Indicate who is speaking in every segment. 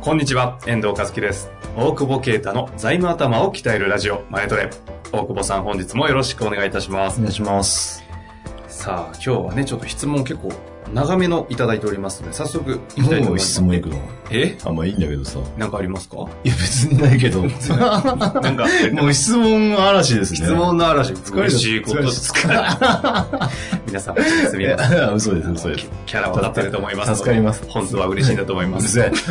Speaker 1: こんにちは、遠藤和樹です。大久保啓太の財務頭を鍛えるラジオ、マネトレ。大久保さん、本日もよろしくお願いいたします。
Speaker 2: お願いします。
Speaker 1: さあ、今日はね、ちょっと質問結構長めのいただいておりますので、早速いきたいと思い
Speaker 2: もう
Speaker 1: ます。
Speaker 2: 質問行くの
Speaker 1: え
Speaker 2: あんまあいいんだけどさ。
Speaker 1: なんかありますか
Speaker 2: いや、別にないけど。
Speaker 1: なん か、
Speaker 2: もう質問嵐ですね。
Speaker 1: 質問の嵐、
Speaker 2: れる
Speaker 1: 嬉しいことですから。 皆さん、すみ
Speaker 2: いや
Speaker 1: ません。
Speaker 2: 嘘です、嘘です。
Speaker 1: キャラ分かってると思いますので。
Speaker 2: 助かります
Speaker 1: 本当は嬉しいんだと思い ます。
Speaker 2: うるせ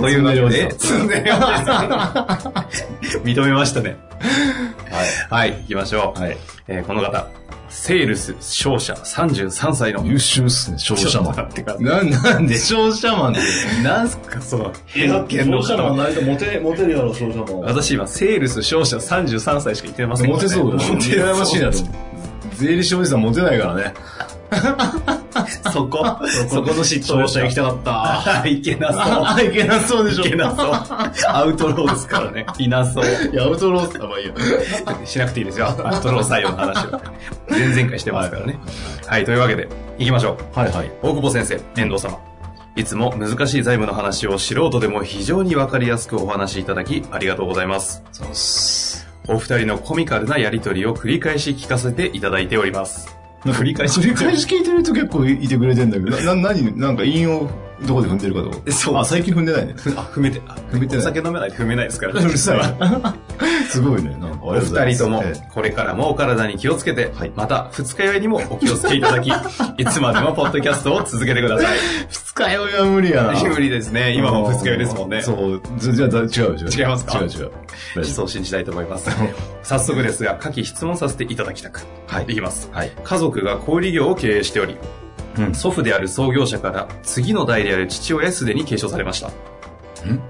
Speaker 1: というわけで、
Speaker 2: 積
Speaker 1: 積んでよ 認めました ね。はい。はい、行きましょう。
Speaker 2: えはい。
Speaker 1: えーこの方、セールス勝者33歳の。
Speaker 2: 優秀っすね、商社
Speaker 1: ちょ
Speaker 2: マ
Speaker 1: っと待ってください
Speaker 2: ン。なん、なんで商社マンって。
Speaker 1: なんすか、その、
Speaker 3: い
Speaker 1: 兵
Speaker 3: や
Speaker 1: 庫県の
Speaker 3: 商社マン
Speaker 1: 方。
Speaker 3: ないとモテ、モテるやろ、商社マン。
Speaker 1: 私今、セールス勝者33歳しか言ってません
Speaker 2: モテそうだよ。
Speaker 1: モテ
Speaker 2: 羨ましいなと思う。税理士おじさんモテないからね。
Speaker 1: そこ、そこの嫉妬
Speaker 3: 商社行きたかった。
Speaker 1: あーいけなそ
Speaker 2: あ、いけなそうでしょ。
Speaker 1: う。いけなそう。アウトローですからね。いなそう。
Speaker 2: いや、アウトロースだ、まあいいよ。
Speaker 1: しなくていいですよ。アウトロー採用の話は。前々回してますからね。はい、というわけで、行きましょう。
Speaker 2: はいはい。
Speaker 1: 大久保先生、遠藤様。いつも難しい財務の話を素人でも非常にわかりやすくお話しいただきありがとうございます。
Speaker 2: そうっす。
Speaker 1: お二人のコミカルなやりとりを繰り返し聞かせていただいております。繰り返し
Speaker 2: 繰り返し聞いてると結構いてくれてんだけど、な、な、何、なんか韻をどこで踏んでるかとか。
Speaker 1: そう
Speaker 2: あ、最近踏んでないね。
Speaker 1: あ、踏めて、あ、
Speaker 2: 踏めて
Speaker 1: お
Speaker 2: ない
Speaker 1: 酒飲めないと踏めないですから、
Speaker 2: うるさいわ。 すごいね。なんかあ
Speaker 1: お
Speaker 2: りがとうござ
Speaker 1: 二人
Speaker 2: います
Speaker 1: とも
Speaker 2: ええ、
Speaker 1: これからもお体に気をつけて、また、二日酔いにもお気をつけいただ き、いつまでもポッドキャストを続けてください。
Speaker 2: 二日酔いは無理やな。
Speaker 1: 無理ですね。今も二日酔いですもんね。
Speaker 2: そう。ずじゃあ、だ違う違う。
Speaker 1: 違いますか
Speaker 2: 違う違う。大丈
Speaker 1: そう信じたいと思います。早速ですが、下記質問させていただきたく。
Speaker 2: はい
Speaker 1: いきます。
Speaker 2: 夫。はい。
Speaker 1: 家族が小売業を経営しており、
Speaker 2: うん
Speaker 1: 祖父である創業者から次の代である父親へすでに継承されました。
Speaker 2: うん。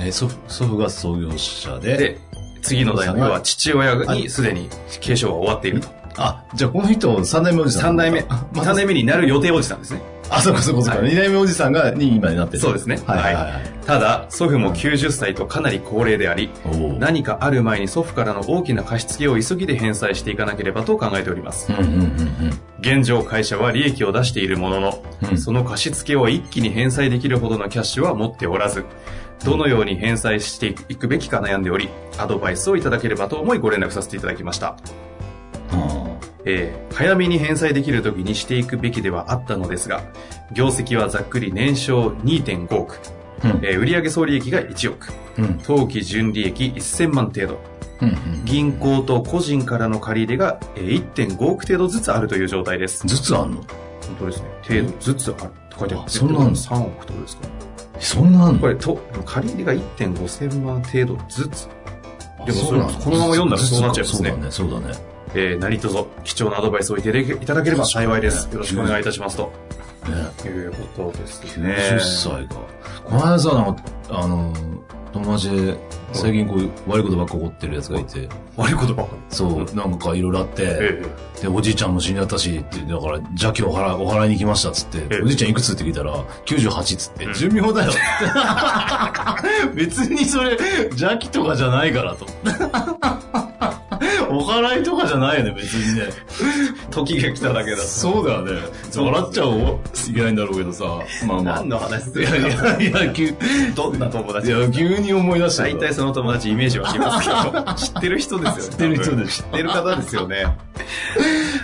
Speaker 2: え、祖父、祖父が創業者で。
Speaker 1: で、次の代の要は父親にすでに継承が終わっていると。
Speaker 2: あ、じゃあこの人、三代目おじさん。
Speaker 1: 三代目、三代目になる予定おじさんですね。
Speaker 2: あ、そうかそうかそうか。
Speaker 1: はい
Speaker 2: 二代目おじさんが、に今になってる。
Speaker 1: そうですね
Speaker 2: はいはいはい。
Speaker 1: ただ、祖父も90歳とかなり高齢であり、
Speaker 2: おー
Speaker 1: 何かある前に祖父からの大きな貸付を急ぎで返済していかなければと考えております。
Speaker 2: うんうんうん
Speaker 1: 現状会社は利益を出しているものの、
Speaker 2: うん
Speaker 1: その貸付を一気に返済できるほどのキャッシュは持っておらず、どのように返済していくべきか悩んでおり、アドバイスをいただければと思いご連絡させていただきました。
Speaker 2: うん。
Speaker 1: えー早めに返済できる時にしていくべきではあったのですが、業績はざっくり年商2.5億、
Speaker 2: うん
Speaker 1: えー売上総利益が1億、
Speaker 2: うん
Speaker 1: 当期純利益1000万程度、
Speaker 2: うんうん。
Speaker 1: 銀行と個人からの借り入れがえー1.5億程度ずつあるという状態です。
Speaker 2: 頭痛あんの
Speaker 1: 本当ですね。程度ずつあるって書いてある。
Speaker 2: あそんなん
Speaker 1: 3億とかですか
Speaker 2: そんなあんの
Speaker 1: これ、と、借り入れが1.5千万程度ずつ。
Speaker 2: あ
Speaker 1: でも
Speaker 2: そうな
Speaker 1: それこのまま読んだらそうなっちゃいますね
Speaker 2: 頭痛そうだね、そうだね。
Speaker 1: えー、何卒貴重なアドバイスをいただけいただければ幸いです。よろしくお願いいたします。と
Speaker 2: ね
Speaker 1: いうことですね。
Speaker 2: 90歳か。この間さ、なんか、あの、友達で、最近こういう悪いことばっか起こってるやつがいて、
Speaker 1: 悪いことばっかり。
Speaker 2: そう、なんかいろいろあっ
Speaker 1: え
Speaker 2: て、で、おじいちゃんも死んじゃったし、って、だから、邪気を払い、お払いに来ましたっつっ
Speaker 1: ええ
Speaker 2: て、おじいちゃんいくつって聞いたら、98っつって
Speaker 1: うん、
Speaker 2: 寿命だよ。 別にそれ、邪気とかじゃないからと。 お払いとかじゃないよね、別にね。
Speaker 1: え時が来ただけだ。
Speaker 2: そうだよね。笑っちゃおういけないんだろうけどさ、まあまあ
Speaker 1: 何。の話す
Speaker 2: い
Speaker 1: る
Speaker 2: やいやいや、急
Speaker 1: どんな友
Speaker 2: い
Speaker 1: 達
Speaker 2: や、急に思い出した
Speaker 1: 大
Speaker 2: よ。
Speaker 1: 体その友達イメージはしますけ ど、知ってる人ですよね。。
Speaker 2: 知ってる人です
Speaker 1: 知ってる方ですよね。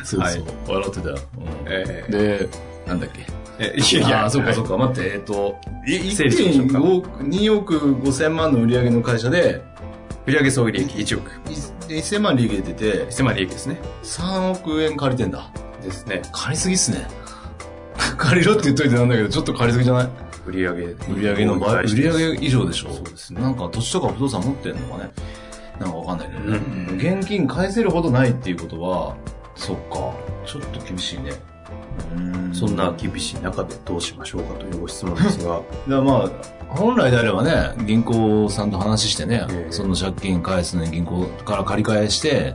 Speaker 2: そうそう。笑ってたよ。うん
Speaker 1: えー
Speaker 2: で、なんだっけ。
Speaker 1: えいやいや、
Speaker 2: あー、そうかそう
Speaker 1: か。
Speaker 2: か。待って、えっと、
Speaker 1: 整理しましょうか
Speaker 2: 1.5億、2億5千万の売り上げの会社で、
Speaker 1: 売上総利益1億。
Speaker 2: い1000万利益出てて、
Speaker 1: 1000万利益ですね。
Speaker 2: 3億円借りてんだ。
Speaker 1: ですね。
Speaker 2: 借りすぎっすね。 借りろって言っといてなんだけど、ちょっと借りすぎじゃない
Speaker 1: 売上
Speaker 2: 売り上げの倍、売り上げ以上でしょ
Speaker 1: そうですね
Speaker 2: なんか土地とか不動産持ってんのかね。なんかわかんないけど
Speaker 1: う
Speaker 2: ね。
Speaker 1: ん
Speaker 2: 現金返せるほどないっていうことは、そっか。ちょっと厳しいね。うん
Speaker 1: そんな厳しい中でどうしましょうかというご質問ですが、
Speaker 2: だからまあ、本来であればね、銀行さんと話してね、
Speaker 1: ええ
Speaker 2: その借金返すのに銀行から借り返して、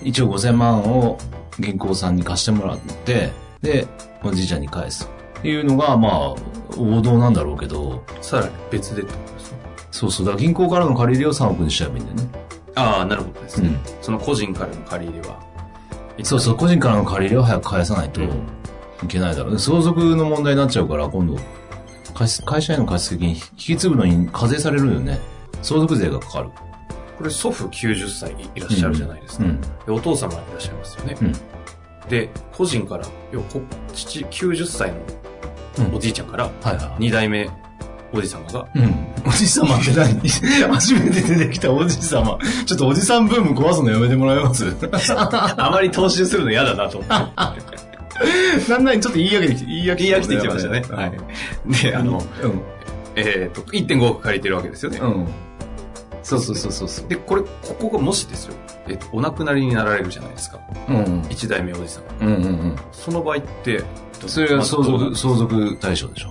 Speaker 2: 1億5000万を銀行さんに貸してもらって、で、おじいちゃんに返す。っていうのが、まあ、王道なんだろうけど、
Speaker 1: さらに別でってことですね。
Speaker 2: そうそう、だから銀行からの借り入れを3億にしちゃえばいいんだよね。
Speaker 1: ああ、なるほどですね。その個人からの借り入れは。
Speaker 2: そうそう、個人からの借り入れを早く返さないと
Speaker 1: うん
Speaker 2: いけないだろうね。相続の問題になっちゃうから、今度、会社会社への貸付金引き継ぐのに課税されるよね。相続税がかかる。
Speaker 1: これ祖父90歳いらっしゃるじゃないですか。
Speaker 2: うん
Speaker 1: でお父様いらっしゃいますよね。
Speaker 2: うん
Speaker 1: で、個人から、要はこ父90歳
Speaker 2: うん
Speaker 1: のおじいちゃんから、
Speaker 2: はいは
Speaker 1: 2代目おじ様が、
Speaker 2: い。うん。おじさまっ て何初めて出てきたおじさま。ちょっとおじさんブーム壊すのやめてもらえます
Speaker 1: あまり投資するの嫌だなと思って。
Speaker 2: なんなにちょっと言い訳できて、言い
Speaker 1: 言い訳できてましたね。は
Speaker 2: はいい。。
Speaker 1: で、あの、
Speaker 2: うん。
Speaker 1: えっ、と、1.5億借りてるわけですよね。
Speaker 2: うん。そうそうそうそうそう。
Speaker 1: で、これ、ここがもしですよ、えっと、お亡くなりになられるじゃないですか。
Speaker 2: うん。
Speaker 1: 1代目おじさんが。
Speaker 2: うんうんうん。
Speaker 1: その場合って、
Speaker 2: それが相
Speaker 1: まあどう
Speaker 2: 続、
Speaker 1: だ
Speaker 2: 相続対象でしょ。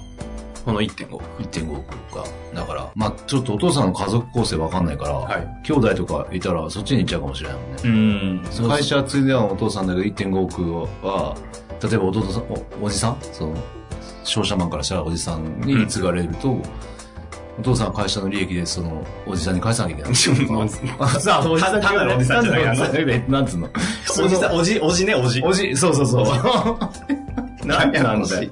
Speaker 1: この1.5億。
Speaker 2: 1.5億か。だから、まあちょっとお父さんの家族構成わかんないから、
Speaker 1: はい。
Speaker 2: 兄弟とかいたらそっちに行っちゃうかもしれないもんね。
Speaker 1: うん。
Speaker 2: 会社ついではお父さんだけど1.5億は、例えば弟さん、おおじさんその、商社マンからしたらおじさんに継がれると、お父さんは会社の利益でその、おじさんに返さなきゃいけない。さあ、お
Speaker 1: 単単なるおじさんじゃない
Speaker 2: 単なるおじさんなんつうの
Speaker 1: おじさん、おじ、おじね、おじ。
Speaker 2: おじ、そうそう そう。なんやなんだよ。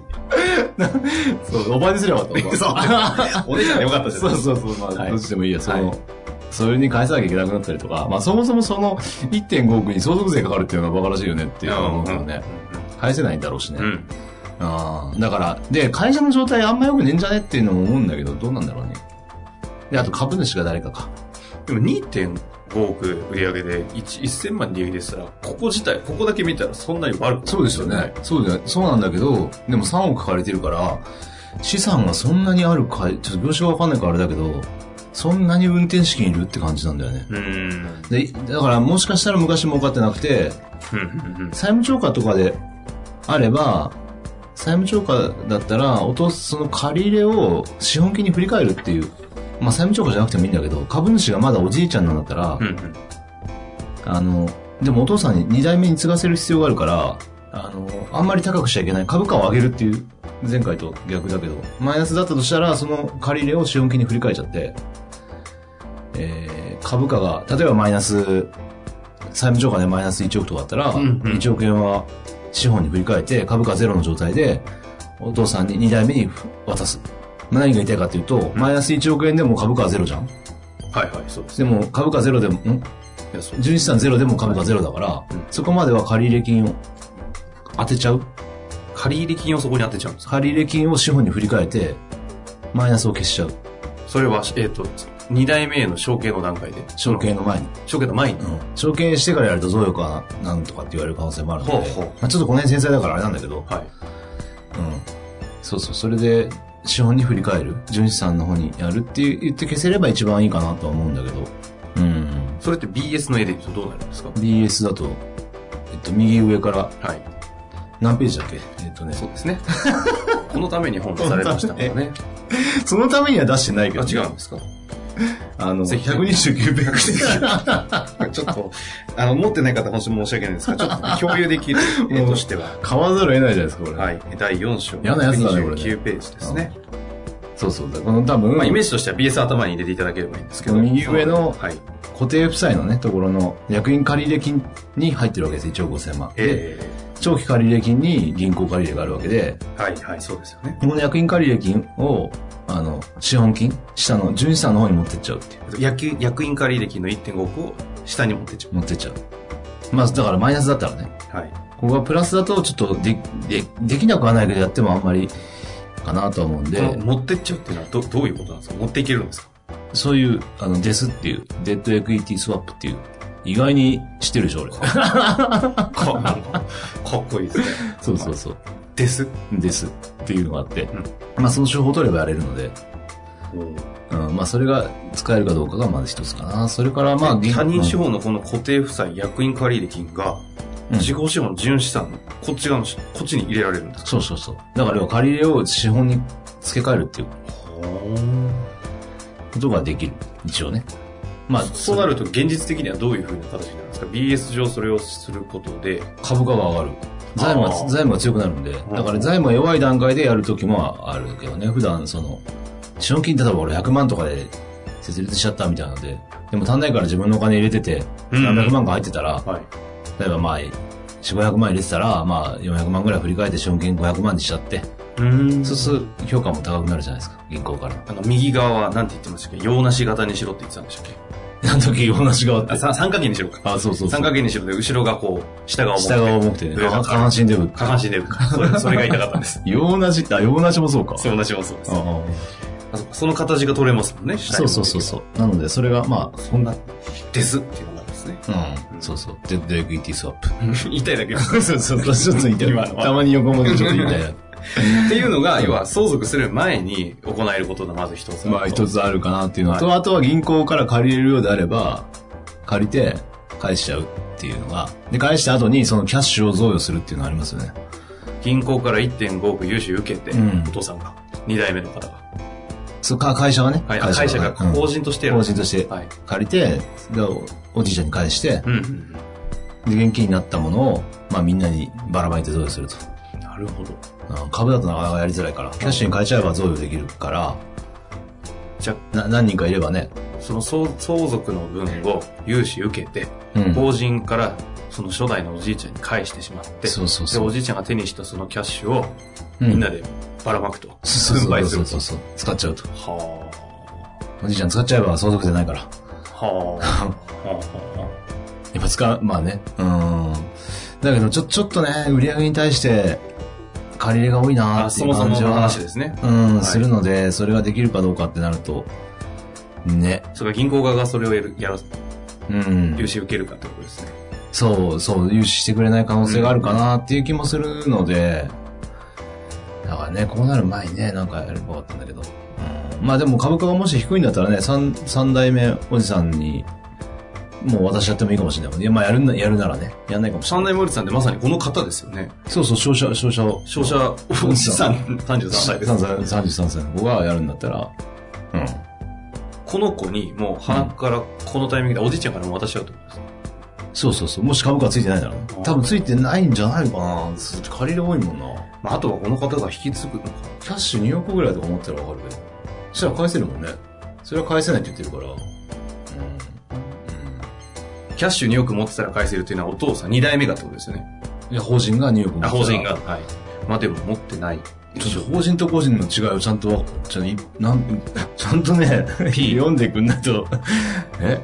Speaker 2: そう、おばにすればと思う。
Speaker 1: そうお姉ちゃん でよかったじゃ
Speaker 2: そ
Speaker 1: な
Speaker 2: う
Speaker 1: い
Speaker 2: そうそう、まあ、
Speaker 1: はい
Speaker 2: どっちでもいいや、その、
Speaker 1: は
Speaker 2: それに返さなきゃいけなくなったりとか、まあ、そもそもその1.5億に相続税かかるっていうのは馬鹿らしいよねっていうのは思うからね、返せないんだろうしね。
Speaker 1: うん。
Speaker 2: ああだから、で、会社の状態あんま良くねえんじゃねっていうのも思うんだけど、どうなんだろうね。で、あと株主が誰かか。
Speaker 1: でも2.5億売り上げで1 1000万利益ですら、ここ自体、ここだけ見たらそんなに悪くない。
Speaker 2: そうですよね。そうだよそうなんだけど、でも3億借りてるから、資産がそんなにあるか、ちょっと業種がわかんないからあれだけど、そんなに運転資金いるって感じなんだよね。
Speaker 1: うーん。
Speaker 2: で、だからもしかしたら昔儲かってなくて、
Speaker 1: うんうん
Speaker 2: 債務超過とかであれば、債務超過だったら、おとその借り入れを資本金に振り返るっていう、まあ債務超過じゃなくてもいいんだけど、株主がまだおじいちゃんなんだったら、
Speaker 1: うんうんうん
Speaker 2: あの、でもお父さんに2代目に継がせる必要があるから、あの、あんまり高くしちゃいけない。株価を上げるっていう、前回と逆だけど、マイナスだったとしたら、その借り入れを資本金に振り替えちゃって、えー、株価が、例えばマイナス、債務超過でマイナス1億とかあったら、
Speaker 1: んうん
Speaker 2: 1億円は資本に振り替えて、株価ゼロの状態で、お父さんに2代目に渡す。まあ何が言いたいかっていうと、マイナス1億円でも株価はゼロじゃん
Speaker 1: はいはい、そうです。
Speaker 2: でも株価ゼロでも、ん
Speaker 1: いやそう
Speaker 2: 純資産ゼロでも株価ゼロだから、
Speaker 1: うん
Speaker 2: そこまでは借入金を当てちゃう
Speaker 1: 借入金をそこに当てちゃうんですか
Speaker 2: 借入金を資本に振り替えてマイナスを消しちゃう
Speaker 1: それは、えっ、と、2代目への承継の段階で。
Speaker 2: 証券の前に、
Speaker 1: 承継の前に。
Speaker 2: 証券してからやると贈与かななんとかって言われる可能性もあるので、
Speaker 1: ほうほう
Speaker 2: まあ、ちょっとこの辺繊細だからあれなんだけど、
Speaker 1: はい。
Speaker 2: うん、そうそうそれで資本に振り替える純資産の方にやるっていう言って消せれば一番いいかなとは思うんだけどうん
Speaker 1: それって BS の絵で言うとどうなるんですか
Speaker 2: BS だと、えっと、右上から
Speaker 1: はい。
Speaker 2: 何ページだっけえっとね
Speaker 1: そうですね。 このために本出されましたから ね。
Speaker 2: そのためには出してないけ
Speaker 1: あ、違うんですか
Speaker 2: あの、
Speaker 1: ぜひ
Speaker 2: 129ページ。
Speaker 1: ちょっと、あの、持ってない方、本当に申し訳ないんですが、ちょ っと共有できる絵としては。
Speaker 2: 買わざるを得ないじゃないですか、これ。
Speaker 1: はい。第4章。
Speaker 2: 嫌なやつだねこれね
Speaker 1: 9ページですね。
Speaker 2: そうそうだ。この多分、
Speaker 1: まあ、イメージとしては BS 頭に入れていただければいいんですけど。
Speaker 2: 右上の
Speaker 1: はい。
Speaker 2: 固定負債のね、ところの役員借入金に入ってるわけです。1億5000万。
Speaker 1: え
Speaker 2: 長期借入金に銀行借入があるわけで、
Speaker 1: えはい、はい、そうですよね。
Speaker 2: この役員借入金を、あの、資本金下の、純資産の方に持ってっちゃうっていう。
Speaker 1: 役員役員借入金の1.5億を下に持ってっちゃ
Speaker 2: 持ってっちゃう。まあ、だからマイナスだったらね。
Speaker 1: う。はい。
Speaker 2: ここがプラスだと、ちょっとで、で、できなくはないけど、やってもあんまり、かなとは思うんで。
Speaker 1: この持ってっちゃうっていうのはどどういうことなんですか持っていけるんですか
Speaker 2: そういう、あの、デスっていう、デッドエクイティスワップっていう、意外に知ってるでしょ、俺。
Speaker 1: かなんか かっこいいですね。
Speaker 2: そうそうそう。
Speaker 1: です。
Speaker 2: デスっていうのがあって、まあ、その手法を取ればやれるので、うん、まあそれが使えるかどうかがまず一つかな。それからまあ、銀
Speaker 1: 他人資本のこの固定負債、役員借入金が、
Speaker 2: うん
Speaker 1: 自己資本、純資産の、こっち側のし、こっちに入れられるんだ。
Speaker 2: そうそうそう。だから要は借り入れを資本に付け替えるっていうことができる。一応ね。まあ、
Speaker 1: そうなると現実的にはどういうふうな形になるんですか ?BS 上それをすることで、
Speaker 2: 株価が上がる。財務
Speaker 1: あ
Speaker 2: は、
Speaker 1: ー
Speaker 2: 財務は強くなるんで、だから財務が弱い段階でやるときもあるけどね、普段その、資本金例えば俺100万とかで設立しちゃったみたいなので、でも足んないから自分のお金入れてて、
Speaker 1: うん
Speaker 2: 何百万か入ってたら、
Speaker 1: はい。
Speaker 2: 例えばまあ、4、500万入れてたら、まあ、400万ぐらい振り返って資本金500万にしちゃって、
Speaker 1: うん
Speaker 2: そうすると評価も高くなるじゃないですか、銀行から。
Speaker 1: あの、右側はなんて言ってましたっけ洋梨型にしろって言ってたんでしたっけ
Speaker 2: あの時お話があって
Speaker 1: あ、。さ三角形にしろか。
Speaker 2: あ、そうそうそ
Speaker 1: 三
Speaker 2: う。
Speaker 1: 角形にしろで、後ろがこう、下が重くて。
Speaker 2: 下が重くてね。
Speaker 1: 上が
Speaker 2: 下半身で。
Speaker 1: 下半身で、それそれが痛かったん です。
Speaker 2: 洋なじって、あ、洋なじもそうか。
Speaker 1: そう同じもそうです
Speaker 2: あ。あ
Speaker 1: あそその形が取れますもんね、下
Speaker 2: そう
Speaker 1: に
Speaker 2: そうそうそう。なので、それが、まあ、そんな、
Speaker 1: ですっていうのがあるんですね。
Speaker 2: うん、そうそう。デッドエクイティスワップ。
Speaker 1: 言いたいだけです。
Speaker 2: そうそうそう。ちょっと痛い
Speaker 1: 今のは
Speaker 2: たまに横文字ちょっと痛いな。
Speaker 1: っていうのが、要は相続する前に行えることがまず一つ。
Speaker 2: まあ、一。つあるかなっていうのと、
Speaker 1: は
Speaker 2: あとは銀行から借りれるようであれば、借りて、返しちゃうっていうのが。で、返した後に、そのキャッシュを贈与するっていうのがありますよね。
Speaker 1: 銀行から1.5億融資受けて、
Speaker 2: うん
Speaker 1: お父さんが、2代目の方が。
Speaker 2: そうか、会社はね。
Speaker 1: はい、あ会社が
Speaker 2: うん
Speaker 1: 法人としてやる
Speaker 2: 法人として
Speaker 1: はい。
Speaker 2: 借りて、でおおじいちゃんに返して、
Speaker 1: うんうん
Speaker 2: で、現金になったものを、まあみんなにばらまいて贈与すると。
Speaker 1: うん。なるほど。
Speaker 2: うん株だとなかなかやりづらいから、キャッシュに変えちゃえば贈与できるから、
Speaker 1: じゃ
Speaker 2: な何人かいればね。
Speaker 1: その相相続の分を融資受けて、
Speaker 2: うん
Speaker 1: 法人からその初代のおじいちゃんに返してしまって、
Speaker 2: そうそう
Speaker 1: で、
Speaker 2: そう。
Speaker 1: おじいちゃんが手にしたそのキャッシュを、
Speaker 2: う
Speaker 1: みんなでばらまくと。
Speaker 2: そう
Speaker 1: 分配す
Speaker 2: そ
Speaker 1: る
Speaker 2: うそうそう。使っちゃうと。
Speaker 1: は
Speaker 2: おじいちゃん使っちゃえば相続税ないから。や
Speaker 1: あ。はあ。は
Speaker 2: っぱ使う、まあね。うん。だけど、ちょ、ちょっとね、売り上げに対して、借り入れが多い
Speaker 1: あ。
Speaker 2: な
Speaker 1: あ、
Speaker 2: って
Speaker 1: そ
Speaker 2: いう
Speaker 1: もそ
Speaker 2: 感
Speaker 1: も
Speaker 2: じ
Speaker 1: の
Speaker 2: は
Speaker 1: 話、ですね。
Speaker 2: うん、
Speaker 1: はい
Speaker 2: するので、それができるかどうかってなると、ね。
Speaker 1: それから銀行側がそれをやる、やら、
Speaker 2: うん。
Speaker 1: 融資受けるかってことですね。
Speaker 2: そうそう、融資してくれない可能性があるかなっていう気もするので、だからね、こうなる前にね、なんかやればよかったんだけど。うんまあでも株価がもし低いんだったらね、三三代目おじさんに、もう渡しちゃってもいいかもしれないもんね。いや、まあやるな、やるならね、やんないかもしれ
Speaker 1: 三
Speaker 2: ない。
Speaker 1: 代森さんってまさにこの方ですよね。
Speaker 2: そうそう、商社、商社を。
Speaker 1: 商社おじさん33歳です。
Speaker 2: 33歳33歳の子がやるんだったら、うん。
Speaker 1: この子にもう鼻からこのタイミングでおじいちゃんからも渡しちゃうってことです。
Speaker 2: そうそうそう。もし株価ついてないならね
Speaker 1: あー
Speaker 2: 多分ついてないんじゃないかな。借りれ多いもんな。
Speaker 1: まあ、あとはこの方が引き継ぐのかな。
Speaker 2: キャッシュ2億ぐらいとか持ってたらわかるけど。そしたら返せるもんね。それは返せないって言ってるから。うん。
Speaker 1: キャッシュ2億持ってたら返せるっていうのはお父さん2代目がってことですよね。
Speaker 2: うん。いや、法人が2億持ってた
Speaker 1: あ、
Speaker 2: ら
Speaker 1: 法人が。。はい。まあでも持ってない。
Speaker 2: ちょっと法人と個人の違いをちゃんと、ちゃんとなん、 ちゃんとね、読んでくんないと。え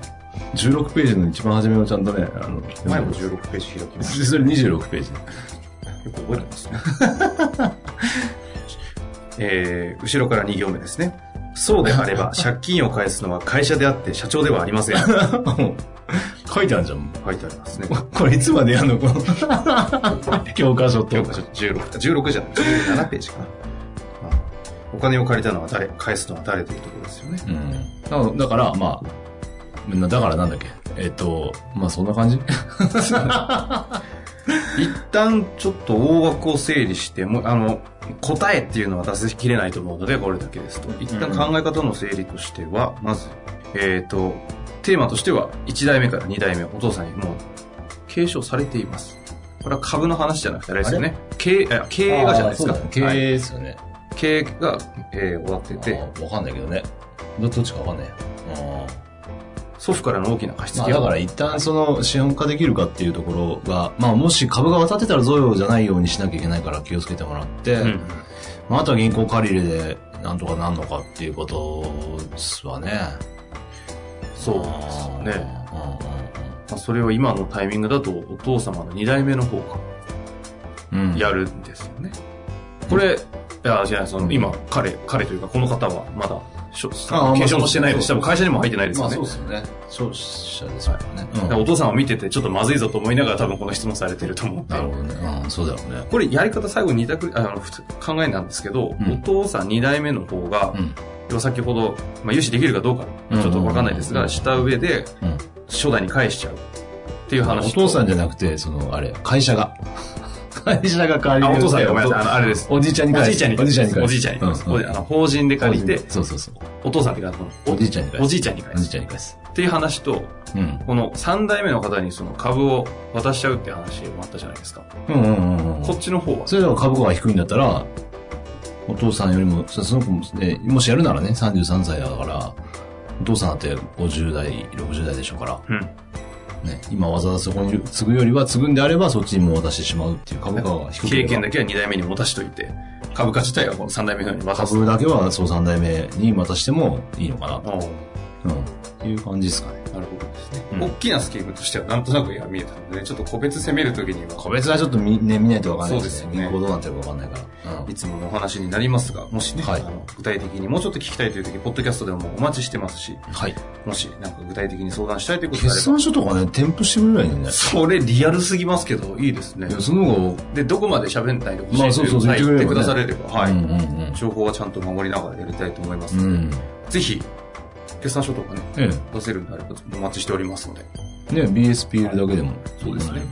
Speaker 2: ?16 ページの一番初めをちゃんとね、あの、
Speaker 1: 前も16ページ開きまし
Speaker 2: それ26ページ。
Speaker 1: た。よく覚えてますね。 えー、後ろから2行目ですね。そうであれ ば、借金を返すのは会社であって社長ではありません。書
Speaker 2: 書いてあるじゃん、も
Speaker 1: いてありますね。
Speaker 2: うこれいつまでやんのこの 教科書と。
Speaker 1: 教科書16、16じゃない、17ページかな。まあお金を借りたのは誰、返すのは誰というところですよね。
Speaker 2: うんなの。だから、まあ、なだからなんだっけ。えっ、と、まあそんな感じ
Speaker 1: 一旦ちょっと大枠を整理してもうあの答えっていうのは出しきれないと思うのでこれだけですと一旦考え方の整理としては、まずえっ、とテーマとしては1代目から2代目お父さんにもう継承されていますこれは株の話じゃなくてあれですよね経営あ経営がじゃないですか
Speaker 2: あーそうだね経
Speaker 1: はい
Speaker 2: 営ですよね。
Speaker 1: 経営が、えー終わってて
Speaker 2: あーわかんないけどね。どどっちかわかんない。あ
Speaker 1: 祖父からの大きな貸し
Speaker 2: ま
Speaker 1: 付
Speaker 2: あ、
Speaker 1: け
Speaker 2: だ
Speaker 1: を、
Speaker 2: から一旦その資本化できるかっていうところが、まあもし株が渡ってたら贈与じゃないようにしなきゃいけないから気をつけてもらって、
Speaker 1: うん
Speaker 2: まあ、あとは銀行借り入れでなんとかなんのかっていうことですわね。
Speaker 1: そうなんですよね、
Speaker 2: うん
Speaker 1: まあ、それを今のタイミングだとお父様の2代目の方が
Speaker 2: うんうん。うん。
Speaker 1: やるんですよね。これ、いや、じゃあ、その、今、彼、彼というか、この方は、まだ、しょ
Speaker 2: ああ
Speaker 1: 継承もしてないですし、
Speaker 2: ま
Speaker 1: 多
Speaker 2: あ
Speaker 1: 分会社にも入ってないです
Speaker 2: ま
Speaker 1: よ
Speaker 2: あ
Speaker 1: ね
Speaker 2: そう。ですよね。商社ですからね。
Speaker 1: だからお父さんを見てて、ちょっとまずいぞと思いながら、多分この質問されてると思っ
Speaker 2: なるほ
Speaker 1: て。
Speaker 2: どね。うん、そうだろうね。
Speaker 1: これ、やり方最後に二択、あの、普通考えなんですけど、
Speaker 2: うん
Speaker 1: お父さん2代目の方が
Speaker 2: う、ん。
Speaker 1: 要は先ほど、まあ、融資できるかどうかちょっとわかんないです
Speaker 2: うんうんう
Speaker 1: が
Speaker 2: んうん
Speaker 1: した上で
Speaker 2: うん
Speaker 1: 初代に返しちゃうっていう
Speaker 2: お
Speaker 1: 話と
Speaker 2: 父さんじゃなくて、その、あれ、会 社が。会社が借り
Speaker 1: あ
Speaker 2: る。
Speaker 1: お父さんごめんなさいあのあれです
Speaker 2: おじいちゃんに
Speaker 1: お
Speaker 2: 返す。
Speaker 1: じいちゃんに
Speaker 2: おじいちゃんに返す。
Speaker 1: おじいちゃんに返す
Speaker 2: うんう
Speaker 1: お
Speaker 2: ん
Speaker 1: じあの法人で借りて
Speaker 2: そうそうそう。
Speaker 1: お父さんっていうかその
Speaker 2: おじいちゃんに返す
Speaker 1: おじいちゃんに返
Speaker 2: おじい
Speaker 1: す
Speaker 2: ちゃんに返す。
Speaker 1: っていう話と
Speaker 2: うん。
Speaker 1: この3代目の方にその株を渡しちゃうって話もあったじゃないですか
Speaker 2: うんうんうんうん。
Speaker 1: こっちの方は
Speaker 2: それでは株価が低いんだったら、お父さんよりも、そその子も、えーもしやるならね、33歳だから、お父さんだって50代、60代でしょうから、
Speaker 1: うん
Speaker 2: ね、今わざわざそこに継ぐよりは、継ぐんであれば、そっちにもう渡してしまうっていう株価が低け
Speaker 1: 経
Speaker 2: れば
Speaker 1: 験だけは2代目に持たしといて株価自体はこの3代目の方に渡す
Speaker 2: 株だけは、そう3代目に渡してもいいのか
Speaker 1: おう
Speaker 2: な、うん、っていう感じですかね。
Speaker 1: なるほどですね、
Speaker 2: うん
Speaker 1: 大きなスケールとしてはなんとなく今見えたのでちょっと個別攻めるときには
Speaker 2: 個別はちょっと見,、ね、見ないとわかんないです
Speaker 1: そう
Speaker 2: ね。
Speaker 1: ですよね
Speaker 2: 銀行どうなってるかわかんないから。うん
Speaker 1: いつものお話になりますが、もしね、
Speaker 2: はい
Speaker 1: あの具体的にもうちょっと聞きたいという時、ポッドキャストでもお待ちしてますし、
Speaker 2: はい。
Speaker 1: もしなんか具体的に相談したいということがあ
Speaker 2: 決
Speaker 1: れば、
Speaker 2: 算書とかね、添付してくれないいんね。
Speaker 1: それリアルすぎますけど、いいですね
Speaker 2: い。やその方が、
Speaker 1: で、どこまで喋んないでほ
Speaker 2: まあ
Speaker 1: し
Speaker 2: そ
Speaker 1: いう
Speaker 2: そう
Speaker 1: という
Speaker 2: 言
Speaker 1: 言っ
Speaker 2: ってて
Speaker 1: く
Speaker 2: くれればね
Speaker 1: だされれば、は
Speaker 2: うん
Speaker 1: い。
Speaker 2: うんうん。
Speaker 1: 情報はちゃんと守りながらやりたいと思います
Speaker 2: う
Speaker 1: ので、
Speaker 2: ん。
Speaker 1: ぜひ、決算書とかね、
Speaker 2: ええ。
Speaker 1: 出せるんであればお待ちしておりますので、
Speaker 2: ね、BSPL だけでも。
Speaker 1: そうですね。
Speaker 2: う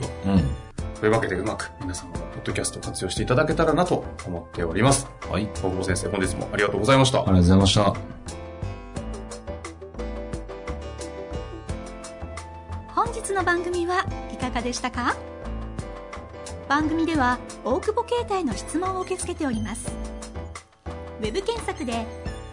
Speaker 1: というわけでうまく皆様もポッドキャストを活用していただけたらなと思っております。
Speaker 2: ん。はい。あり
Speaker 1: 大久保先生、本日もありがとうございました
Speaker 2: がと。うございました。
Speaker 4: 本日の番組はいかがでしたか番組では大久保携帯の質問を受け付けておりますウェブ検索で「